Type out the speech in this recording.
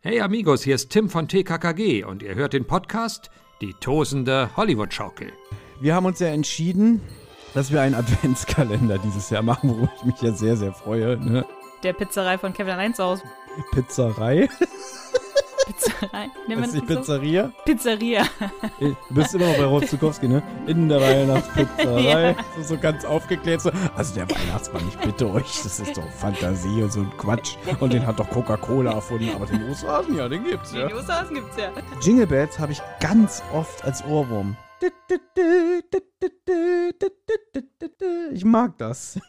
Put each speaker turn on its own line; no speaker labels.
Hey Amigos, hier ist Tim von TKKG und ihr hört den Podcast Die tosende Hollywood-Schaukel.
Wir haben uns ja entschieden, dass wir einen Adventskalender dieses Jahr machen, worüber ich mich ja sehr, sehr freue. Ne?
Der Pizzerei von Kevin allein zu Hause.
Pizzerei,
Pizzerei. Nennt
das
man
ist die
das so?
Pizzeria. Äh,
Pizzeria.
Du bist immer noch bei Rolf Zukowski, ne? In der Weihnachtspizzerei. So, so ganz aufgeklärt. So. Also der Weihnachtsmann, ich bitte euch, das ist doch Fantasie und so ein Quatsch. Und den hat doch Coca-Cola erfunden, aber den Osterhasen, ja, den gibt's,
Ja.
ja.
Die Osterhasen gibt's ja.
Jingle Bells habe ich ganz oft als Ohrwurm. Ich mag das.